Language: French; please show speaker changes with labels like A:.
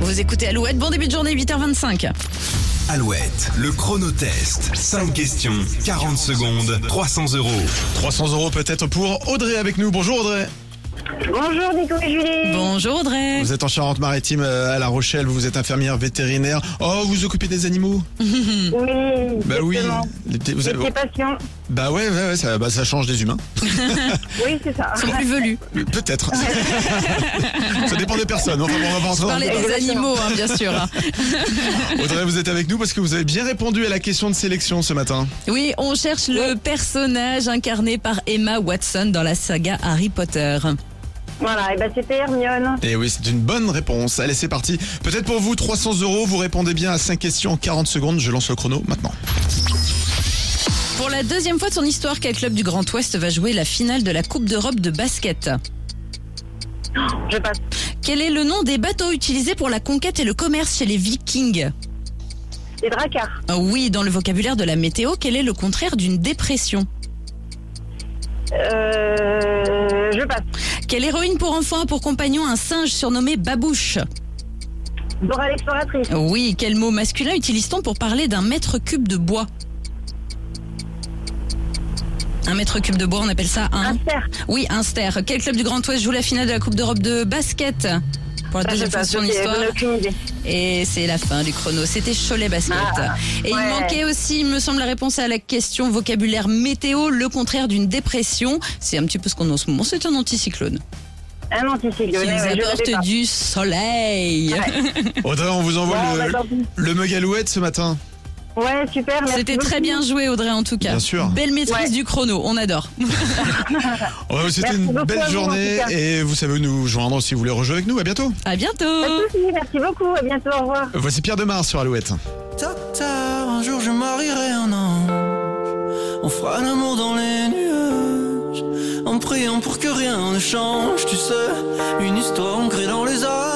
A: Vous écoutez Alouette. Bon début de journée, 8h25.
B: Alouette, le chronotest. 5 questions, 40 secondes, 300 euros.
C: 300 euros peut-être pour Audrey avec nous. Bonjour Audrey.
D: Bonjour Nico et Julie.
A: Bonjour Audrey.
C: Vous êtes en Charente-Maritime euh, à La Rochelle, vous êtes infirmière vétérinaire. Oh, vous vous occupez des animaux
D: Oui.
C: Bah oui.
D: exactement.
C: Les- t- vous
D: J'étais
C: avez-
D: patient.
C: Bah ouais, ouais, ouais, ça, bah ça change des humains.
D: Oui, c'est ça.
A: Ils sont plus velus.
C: Peut-être. ça dépend des personnes. Enfin, bon, on va pas rentrer dans le
A: Parlez des
D: Exactement.
A: animaux, hein, bien sûr. hein.
C: Audrey, vous êtes avec nous parce que vous avez bien répondu à la question de sélection ce matin.
A: Oui, on cherche le personnage incarné par Emma Watson dans la saga Harry Potter.
D: Voilà, et ben c'était Hermione.
C: Et Eh oui, c'est une bonne réponse. Allez, c'est parti. Peut-être pour vous, 300 euros. Vous répondez bien à 5 questions en 40 secondes. Je lance le chrono maintenant.
A: Pour la deuxième fois de son histoire, quel club du Grand Ouest va jouer la finale de la Coupe d'Europe de basket
D: Je passe.
A: Quel est le nom des bateaux utilisés pour la conquête et le commerce chez les Vikings
D: Les dracards.
A: Ah Oui, dans le vocabulaire de la météo, quel est le contraire d'une dépression
D: Euh, je passe.
A: Quelle héroïne pour enfants a pour compagnon un singe surnommé Babouche
D: Dora l'exploratrice.
A: Oui, quel mot masculin utilise-t-on pour parler d'un mètre cube de bois Un mètre cube de bois, on appelle ça un...
D: Un cerf.
A: Oui, un ster. Quel club du Grand Ouest joue la finale de la Coupe d'Europe de basket Pour la
D: Ah, je
A: deuxième fois de
D: passe.
A: son
D: ok,
A: histoire.
D: j'en ai aucune idée.
A: Et c'est la fin du chrono. C'était Cholet Basket.
D: Ah,
A: Et il
D: ouais.
A: manquait aussi, il me semble, la réponse à la question vocabulaire météo, le contraire d'une dépression. C'est un petit peu ce qu'on a en ce moment. C'est un anticyclone
D: Un anticycle.
A: qui
D: ouais,
A: nous
D: ouais, je l'avais pas. Ah,
A: apporte du soleil.
C: Audrey, on vous envoie
D: Bon,
C: le,
D: bah, tant pis.
C: le mug Alouette ce matin.
D: Ouais, super. merci
A: C'était très
D: beaucoup.
A: bien joué, Audrey, en tout cas.
C: Bien sûr.
A: Belle maîtrise
D: Ouais.
A: du chrono. On adore.
C: On va vous souhaiter
D: Merci
C: une
D: beaucoup à
C: belle
D: vous,
C: journée
D: en tout cas.
C: et vous savez nous joindre si vous voulez rejouer avec nous. À bientôt.
A: À bientôt.
D: Pas de soucis, merci beaucoup. À bientôt, au revoir.
C: Voici Pierre Demar sur Alouette.
E: Tac tard, un jour je marierai un ange. On fera l'amour dans les nuages, en priant pour que rien ne change. Tu sais, une histoire ancrée dans les âges.